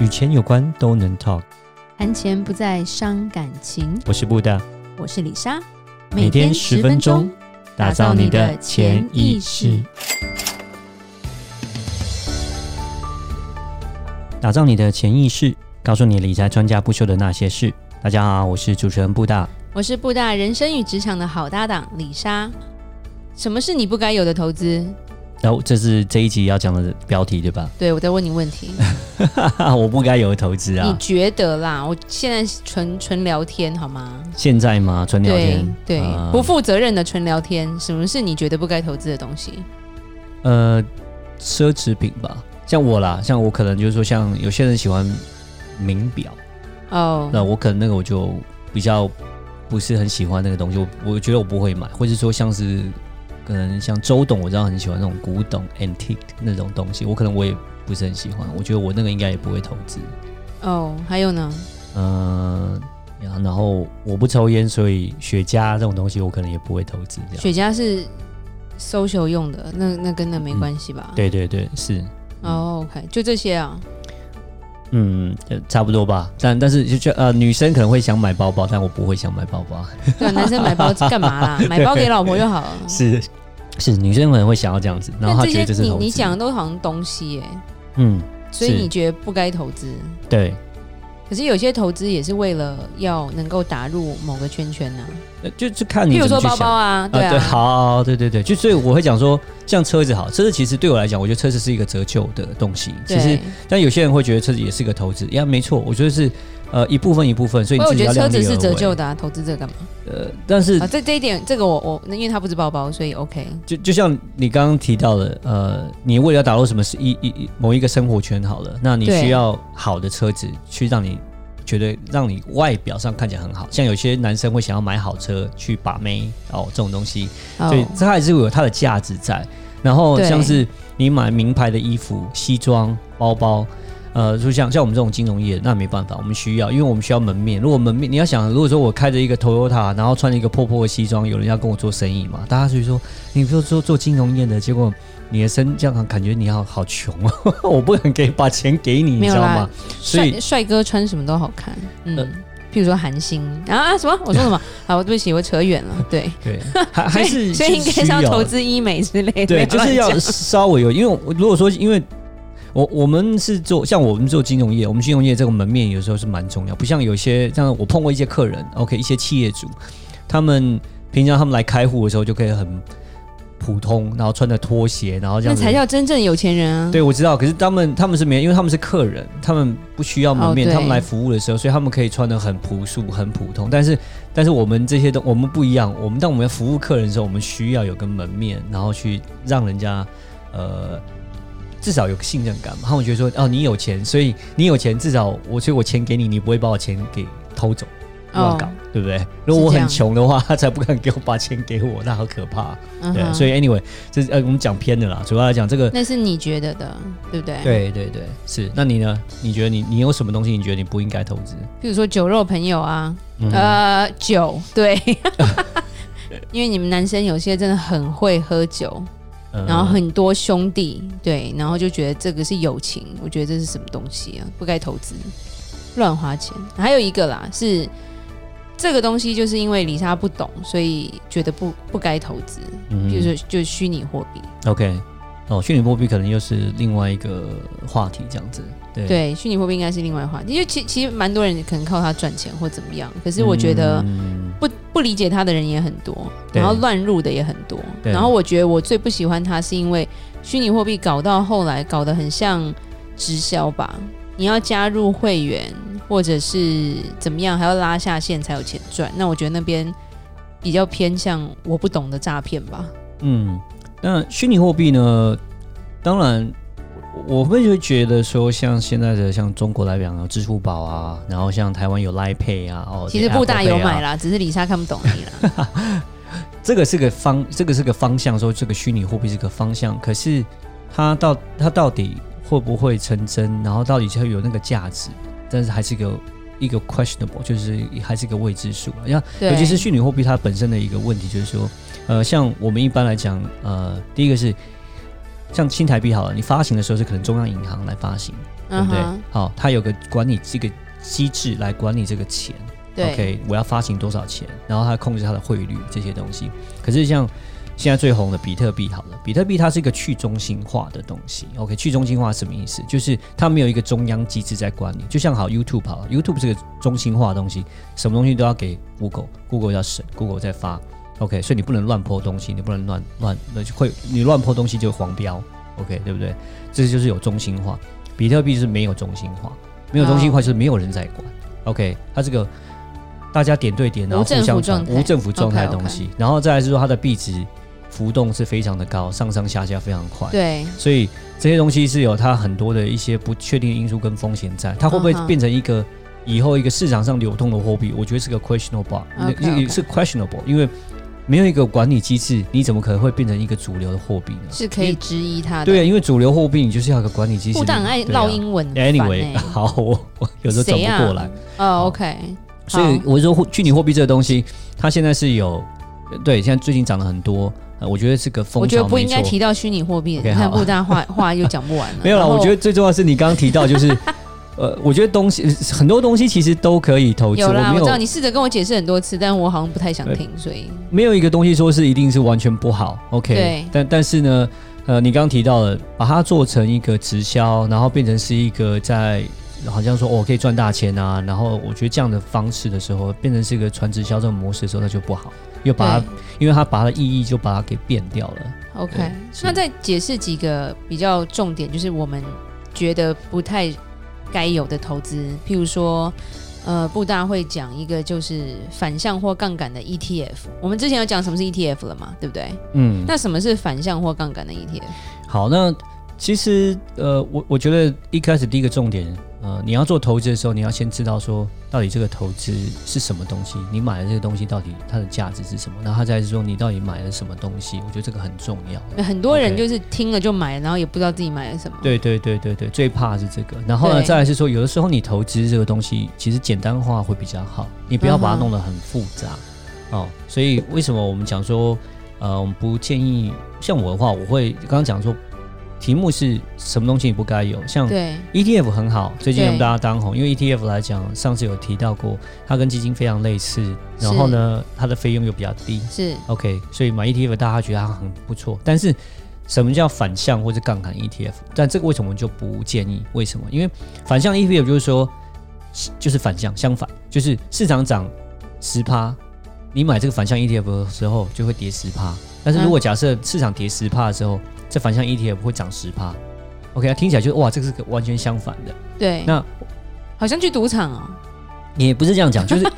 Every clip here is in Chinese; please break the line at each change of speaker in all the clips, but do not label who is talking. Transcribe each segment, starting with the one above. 与钱有关都能 talk。
谈钱不再伤感情。
我是布大，
我是李莎，
每天十分钟，打造你的潜意识，打造你的潜意识，告诉你理财专家不修的那些事。大家好，我是主持人布大。
我是布大人生与职场的好搭档李莎。什么是你不该有的投资？
然后哦这是这一集要讲的标题对吧？
对我在问你问题，
我不该有的投资
你
啊！
觉得啦？我现在是纯纯聊天好吗？
现在吗？纯聊
对
天，
对，
啊
不负责任的纯聊天。什么是你觉得不该投资的东西？
呃，奢侈品吧，像我啦，像我可能就是说，像有些人喜欢名表，
哦、
那我可能那个我就比较不是很喜欢那个东西，我我觉得我不会买，或是说像是可能像周董，我知道很喜欢那种古董 antique 那种东西，我可能我也不是很喜欢，我觉得我那个应该也不会投资。
哦，还有呢？
嗯、呀然后我不抽烟，所以雪茄这种东西我可能也不会投资。这样，
雪茄是 social 用的，那那跟那没关系吧？
嗯对对对，是，
哦、o k 就这些啊。
嗯，呃差不多吧。但但是就觉得呃，女生可能会想买包包，但我不会想买包包。
对啊，男生买包干 嘛啦？买包给老婆就好了。
是是，女生可能会想要这样子， 然
但
后她
这
觉得
些
这是
你
投资。
你讲的都好像东西耶、
嗯，
所以
是
你觉得不该投资。
对。
可是有些投资也是为了要能够打入某个圈圈呐、
呃就就看你
譬如
怎么
说
去
包包
想。
啊，对
啊，
啊，
对，好对对对，就所以我会讲说，像车子好，车子其实对我来讲，我觉得车子是一个折旧的东西。其
对
实，但有些人会觉得车子也是一个投资，呀，没错，我觉得是呃一部分一部分，所以
不
你自
过我
己
觉
要
得车
量力
子是
而
折
为
旧的、啊，投资这干嘛？
呃，但是
啊，这这一点，这个我我，那因为它不是包包，所以 OK。
就就像你刚刚提到的，呃，你为了要打入什么是一一一某一个生活圈好了，那你
对
需要好的车子去让你觉得让你外表上看起来很好，像有些男生会想要买好车去把妹哦，这种东西，
哦
所以它还是有它的价值在。然后
对
像是你买名牌的衣服、西装、包包，呃，就像像我们这种金融业，那没办法，我们需要，因为我们需要门面。如果门面，你要想，如果说我开着一个 Toyota，然后穿着一个破破的西装，有人要跟我做生意嘛，大家就会说，你说做做金融业的，结果你的身这样感觉你好好穷 哦，我不能给把钱给你，你
没有
知道
啦
吗？所以
帅帅哥穿什么都好看，嗯，
呃
譬如说韩星啊啊什么？我说什么？ 好，对不起，我扯远了。对，
对， 还还是
所以所以应该是要
需
投资医美之类的。
对，就是
乱
要
讲
稍微有，因为我如果说因为。我我们是做像我们做金融业，我们金融业这个门面有时候是蛮重要，不像有些像我碰过一些客人，OK，一些企业主，他们平常他们来开户的时候就可以很普通，然后穿着拖鞋，然后这
那
样子
才叫真正有钱人啊。
对，我知道，可是他们他们是没，因为他们是客人，他们不需要门面，
哦对
他们来服务的时候，所以他们可以穿的很朴素、很普通。但是，但是我们这些都我们不一样，我们当我们要服务客人的时候，我们需要有个门面，然后去让人家呃至少有个信任感嘛。他们觉得说，哦，你有钱，所以你有钱，至少我所以我钱给你，你不会把我钱给偷走。乱
哦
搞，对不对？如果我
是
很
这样
穷的话，他才不敢给我把钱给我，那好可怕。
嗯
对，
哼
所以 anyway，这是呃，我们讲偏的啦。主要来讲这个
那是你觉得的，对不对？。
对对对，是。那你呢？你觉得你你有什么东西？你觉得你不应该投资？
譬如说酒肉朋友啊，
嗯
呃，酒，对。 因为你们男生有些真的很会喝酒，
嗯
然后很多兄弟，对，然后就觉得这个是友情，我觉得这是什么东西啊？不该投资，乱花钱。还有一个啦，是这个东西就是因为李莎不懂，所以觉得不不该投资，
嗯
比如说就是虚拟货币，
OK，哦，虚拟货币可能又是另外一个话题，这样子。对，
对，虚拟货币应该是另外话题，因为其其实蛮多人可能靠它赚钱或怎么样，可是我觉得。
嗯
不不理解他的人也很多，
对
然后乱入的也很多。
对
然后我觉得我最不喜欢他是因为虚拟货币搞到后来搞得很像直销吧，你要加入会员或者是怎么样，还要拉下线才有钱赚。那我觉得那边比较偏向我不懂的诈骗吧。
嗯，那虚拟货币呢？当然，我我会觉得说，像现在的像中国来讲，有支付宝啊，然后像台湾有 Line Pay 啊，哦，
其实
对
布大
Apple Pay
有
啊
买啦，只是李莎看不懂你 啦。
这个是个方，这个是个方向，说这个虚拟货币是个方向，可是它到它到底会不会成真，然后到底会有那个价值，但是还是个一个 questionable，就是还是个未知数啊。要
对，
尤其是虚拟货币它本身的一个问题，就是说，呃，像我们一般来讲，呃，第一个是像新台币好了，你发行的时候是可能中央银行来发行，对
嗯
不对
哼，？
好，它有个管理这个机制来管理这个钱。
对，
OK，我要发行多少钱，然后它控制它的汇率这些东西。可是像现在最红的比特币，好了，比特币它是一个去中心化的东西。OK，去中心化是什么意思？就是它没有一个中央机制在管理，就像好 YouTube 好了，YouTube 是个中心化的东西，什么东西都要给 Google，Google 要审，Google 在发。OK，所以你不能乱泼东西，你不能乱乱那会你乱泼东西就黄标，OK 对不对？这就是有中心化，比特币是没有中心化，没有中心化就是没有人在管。OK，它这个大家点对点，然后
无政
互相传
府状态
无政府状态的
OK，OK
东西，然后再来是说它的币值浮动是非常的高，上上下下非常快。
对，
所以这些东西是有它很多的一些不确定因素跟风险在，它会不会
嗯哼
变成一个以后一个市场上流通的货币？我觉得是个 questionable，
OK，
也
OK
是 questionable，因为没有一个管理机制，你怎么可能会变成一个主流的货币呢？
是啊可以质疑他的。
对，因为主流货币你就是要有个管理机制。
不但爱
对啊
唠英文很烦欸。
Anyway，好，我我 有时候转
谁啊
不过来，
哦，OK，
所以我说货虚拟货币这个东西，它现在是有对，现在最近涨了很多，呃我觉得是个风潮，
我觉得不应该
没错
提到虚拟货币，你
OK，
看
好
不大话 话又讲不完了。
没有啦，
然后
我觉得最重要的是你刚刚提到，就是呃，我觉得东西很多东西其实都可以投资，
有啦，
没
我知道
有
你试着跟我解释很多次，但我好像不太想
对
听，所以
没有一个东西说是一定是完全不好
对
，OK？但但是呢，呃，你刚刚提到了把它做成一个直销，然后变成是一个在。好像说、哦我可以赚大钱啊，然后我觉得这样的方式的时候，变成是一个传直销这种模式的时候，那就不好，又把它
对，
因为它把它的意义就把它给变掉了。
OK，
对
那
是
再解释几个比较重点，就是我们觉得不太该有的投资，譬如说，呃，布大会讲一个就是反向或杠杆的 ETF。我们之前有讲什么是 ETF 了嘛，对不对？
嗯，
那什么是反向或杠杆的 E ETF？
好，那其实呃，我我觉得一开始第一个重点，呃，你要做投资的时候，你要先知道说到底这个投资是什么东西，你买的这个东西到底它的价值是什么，然后它再是说你到底买了什么东西，我觉得这个很重要。
那很多人
OK
就是听了就买，然后也不知道自己买了什么。
对对对对对，最怕是这个。然后呢，
对
再来是说，有的时候你投资这个东西，其实简单化会比较好，你不要
嗯
把它弄得很复杂、哦。所以为什么我们讲说，呃，我们不建议像我的话，我会刚刚讲说，题目是什么东西你不该有，像
对
ETF 很好，最近
对
让大家当红，因为 ETF 来讲，上次有提到过，它跟基金非常类似，
是
然后呢，它的费用又比较低。
是
OK，所以买 ETF 大家觉得它很不错，但是什么叫反向或者杠杆 ETF？但这个为什么我们就不建议？为什么？因为反向 ETF 就是说，就是反向相反，就是市场涨十趴，你买这个反向 ETF 的时候就会跌十趴，但是如果假设市场跌十趴的时候，这反向 ETF 会涨十趴。OK，那听起来就是哇，这个是个完全相反的。
对，
那
好像去赌场哦。
也不是这样讲， 就是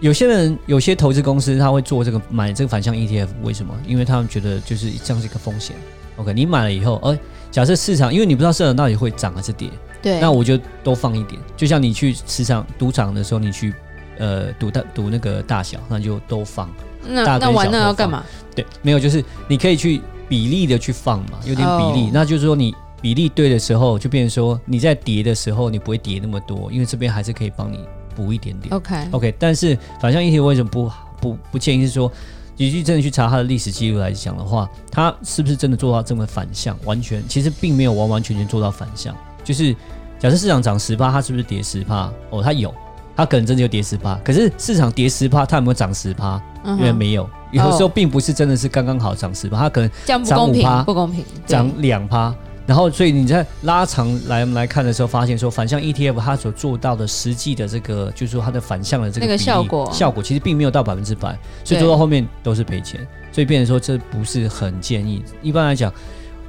有些人有些投资公司他会做这个买这个反向 ETF，为什么？因为他们觉得就是这样是一个风险。OK，你买了以后，呃，假设市场，因为你不知道市场到底会涨还是跌，
对，
那我就多放一点。就像你去市场赌场的时候，你去呃赌大赌那个大小，那就都放。
那
大
那
跟
玩
小
那
都
要干
放
嘛？
对，没有，就是你可以去比例的去放嘛，有点比例
哦
那就是说你比例对的时候，就变成说你在跌的时候，你不会跌那么多，因为这边还是可以帮你补一点点。
OK，
OK，但是反向议题为什么不不不建议是说，你去真的去查它的历史记录来讲的话，它是不是真的做到这么反向？完全其实并没有完完全全做到反向。就是假设市场涨十趴，它是不是跌十趴？哦，它有，它可能真的有跌十趴。可是市场跌十趴，它有没有涨十趴？
嗯
因为
哼
没有，有时候并不是真的是刚刚好涨十趴，它可能
这样不
涨
公平，
5%
不公平。对
涨两趴。然后，所以你在拉长来来看的时候，发现说反向 ETF 它所做到的实际的这个，就是说它的反向的这个
那个
比例
效果
效果其实并没有到百分之百，所
对
以做到后面都是赔钱，所以变成说这不是很建议。一般来讲，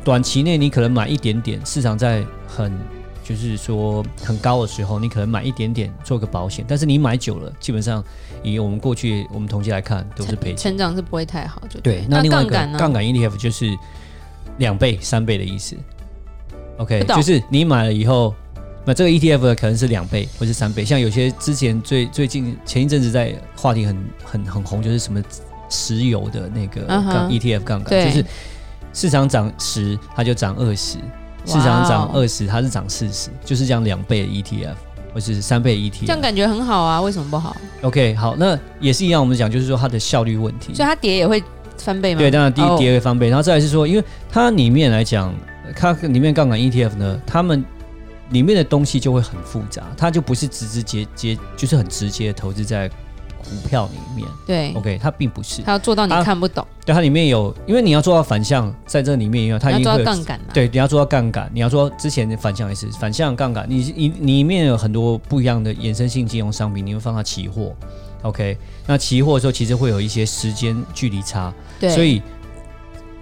短期内你可能买一点点，市场在很就是说很高的时候，你可能买一点点做个保险，但是你买久了，基本上以我们过去我们统计来看都是赔钱。
成长是不会太好，就
对，
那
那另外一
杠
个
杆呢？
杠杆 ETF 就是两倍、三倍的意思。OK，
不懂
就是你买了以后，那这个 ETF 的可能是两倍或是三倍，像有些之前最最近前一阵子在话题很很很红，就是什么石油的那个
嗯哼
杠 ETF 杠杆，
对
就是市场涨十，它就涨二十；市场涨
哇哦
二十，它是涨四十，就是这样两倍的 ETF 或是三倍的 ETF。
这样感觉很好啊，为什么不好？
OK，好，那也是一样，我们讲就是说它的效率问题。
所以它跌也会翻倍吗？
对，当然第一
哦
跌会翻倍，然后再来是说，因为它里面来讲，它里面杠杆 ETF 呢，他们里面的东西就会很复杂，它就不是直直接接，就是很直接地投资在股票里面。
对，
OK，它并不是，
他要做到你
啊
看不懂，
哦对它里面有，因为你要做到反向，在这里面也有，它
你
一定
要做
会
到
有
杠杆啊。
对，你要做到杠杆，你要做之前的反向也是反向杠杆，你你你里面有很多不一样的衍生性金融商品，你会放到期货，OK？那期货的时候其实会有一些时间距离差，
对，
所以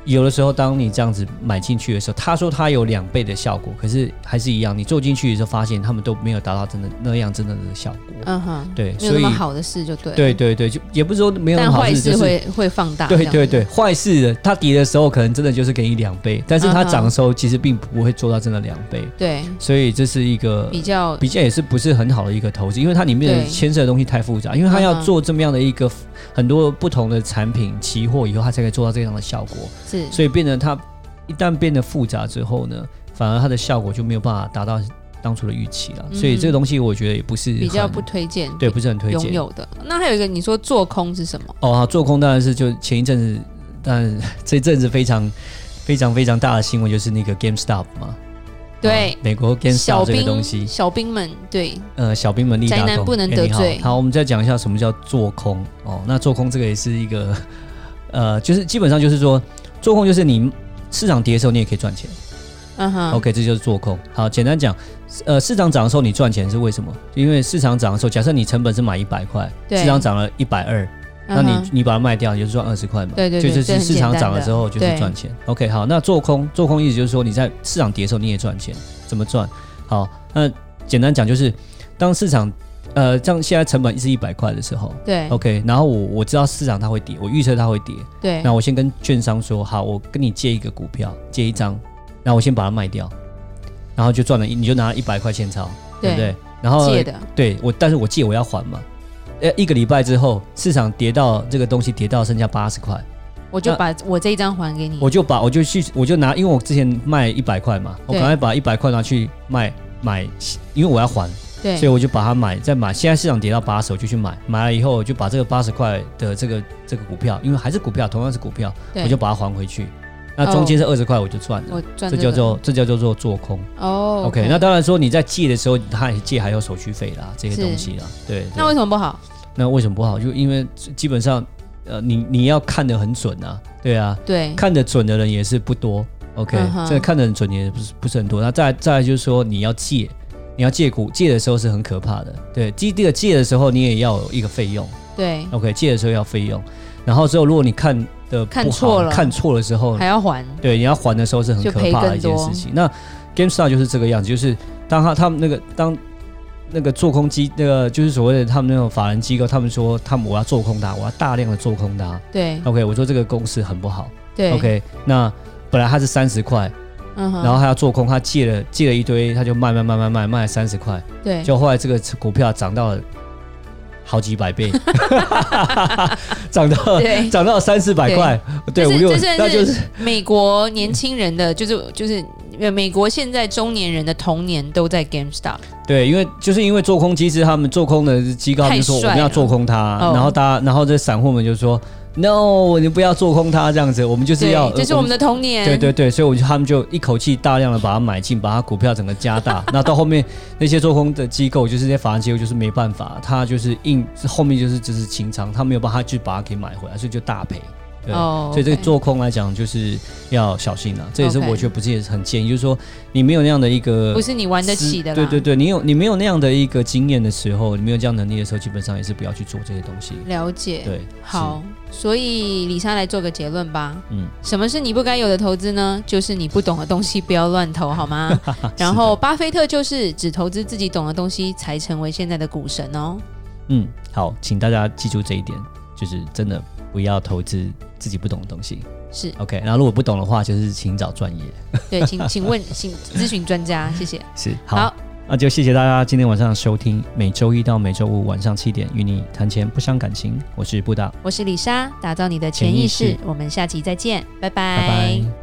有的时候当你这样子买进去的时候，他说他有两倍的效果，可是还是一样，你做进去的时候发现他们都没有达到真的那样真正的效果，
嗯哼，
对，
没
所
有那
以
么好的事就对了。
对对对，就也不是说没有那
但
么好
坏
事，就
事
是
会会放大。
对
这样
对
子
对，，坏事的，它跌的时候可能真的就是给你两倍，但是它
嗯哼
涨的时候其实并不会做到真的两倍，
对，
所以这是一个
比较
比较也是不是很好的一个投资，因为它里面的
对
牵涉的东西太复杂，因为它
嗯
要
哼
做这么样的一个很多不同的产品期货以后，它才可以做到这样的效果，
是
所以变得它一旦变得复杂之后呢，反而它的效果就没有办法达到当初的预期了，所以这个东西我觉得也不是
嗯比较
很
不推荐，
对，不是很推
拥
荐。
有的。那还有一个，你说做空是什么？
哦，好做空当然是就前一阵子，但 这阵子非常非常非常大的新闻就是那个 GameStop 嘛，
对
啊，美国
小
GameStop 这个
兵
东西，
小兵们对
呃，小兵们立大功，
宅男不能
哎
得
你好
罪
好，我们再讲一下什么叫做空哦。那做空这个也是一个，呃，就是基本上就是说，做空就是你市场跌的时候你也可以赚钱、
嗯哼
o k 这就是做空。好，简单讲，呃，市场涨的时候你赚钱是为什么？因为市场涨的时候，假设你成本是买一百块，
对
市场涨了一百二，那
嗯
你
哼
你把它卖掉，你就是赚二十块嘛。
对对对
就
这
是
很
市
简
场
单
涨了
的
之后就是
对
赚钱。OK，好，那做空做空意思就是说你在市场跌的时候你也赚钱，怎么赚？好，那简单讲就是，当市场呃，像现在成本是一百块的时候
对
，OK，然后我我知道市场它会跌，我预测它会跌，
对
那我先跟券商说，好，我跟你借一个股票，借一张，然后我先把它卖掉，然后就赚了一，你就拿一百块现钞，对不对？然后
借的
对我，但是我借我要还嘛。呃，一个礼拜之后，市场跌到这个东西跌到剩下八十块，
我就
那
把我这一张还给你。
我就把我就去我就拿，因为我之前卖一百块嘛，我
对
赶快把一百块拿去卖买，因为我要还，
对
所以我就把它买再买。现在市场跌到八十，我就去买，买了以后我就把这个八十块的这个这个股票，因为还是股票，同样是股票，
对哦
我就把它还回去。那中间是二十块，我就赚了。
我赚
这
个
叫做这叫做做空。
哦
OK，那当然说你在借的时候，他借还有手续费啦，这些
是
东西啦。对，对
那为什么不好？
那为什么不好？就因为基本上，呃，你你要看得很准啊，对啊，
对
看得准的人也是不多。OK，、
嗯哼
这看得很准也不是不是很多。那再再来就是说，你要借，你要借股，借的时候是很可怕的。对，第第一个借的时候你也要有一个费用。
对，
OK，借的时候要费用，然后之后如果你看的
看
不好
错了
看错的时候
还，要还。
对，你要还的时候是很
就
可
赔
怕的
更
一件
多
事情。那 GameStop 就是这个样子，就是当他他们那个当那个做空机那个就是所谓的他们那种法人机构，他们说他们我要做空它，我要大量的做空它。
对
OK，我说这个公司很不好。
嗯对
OK，那本来它是三十块，
嗯哼，
然后他要做空，他借了借了一堆，他就卖卖卖卖卖卖三十块，
对
就后来这个股票涨到了好几百倍， 涨到
对
涨到三四百块，对，
这
五
是
六
这是
那就是
美国年轻人的，就是就是呃美国现在中年人的童年都在 GameStop，
对，因为就是因为做空，其实他们做空的机构，他们就说
太
我
帅
们要做空它，
了哦
然后大家，然后这散户们就说 no，你不要做空它这样子，我们就是
对
要，，
这是我们的童年。
对对对，所以我就他们就一口气大量的把它买进，把它股票整个加 大。那到后面那些做空的机构，就是那些法人机构，就是没办法，他就是硬后面就是就是清仓，他没有办法去把它给买回来，所以就大赔。对，
哦
所以这个
OK
做空来讲就是要小心了、这也是
OK
我觉得不是也是很建议，就是说你没有那样的一个
不是你玩得起的
呃
啦。
对对对，你有你没有那样的一个经验的时候，你没有这样能力的时候，基本上也是不要去做这些东西。
了解。
对，
好，所以李莎来做个结论吧。
嗯，
什么是你不该有的投资呢？就是你不懂的东西不要乱投，好吗？然后，巴菲特就是只投资自己懂的东西，才成为现在的股神哦。
嗯，好，请大家记住这一点，就是真的不要投资自己不懂的东西。
是
OK，然后如果不懂的话，就是请找专业。
对，请请问，请咨询专家，谢谢。
是，好，那就谢谢大家今天晚上的收听，每周一到每周五晚上七点与你谈钱不伤感情，我是布达，
我是李莎，打造你的潜
潜
意
意
识
识，
我们下期再见，拜
拜拜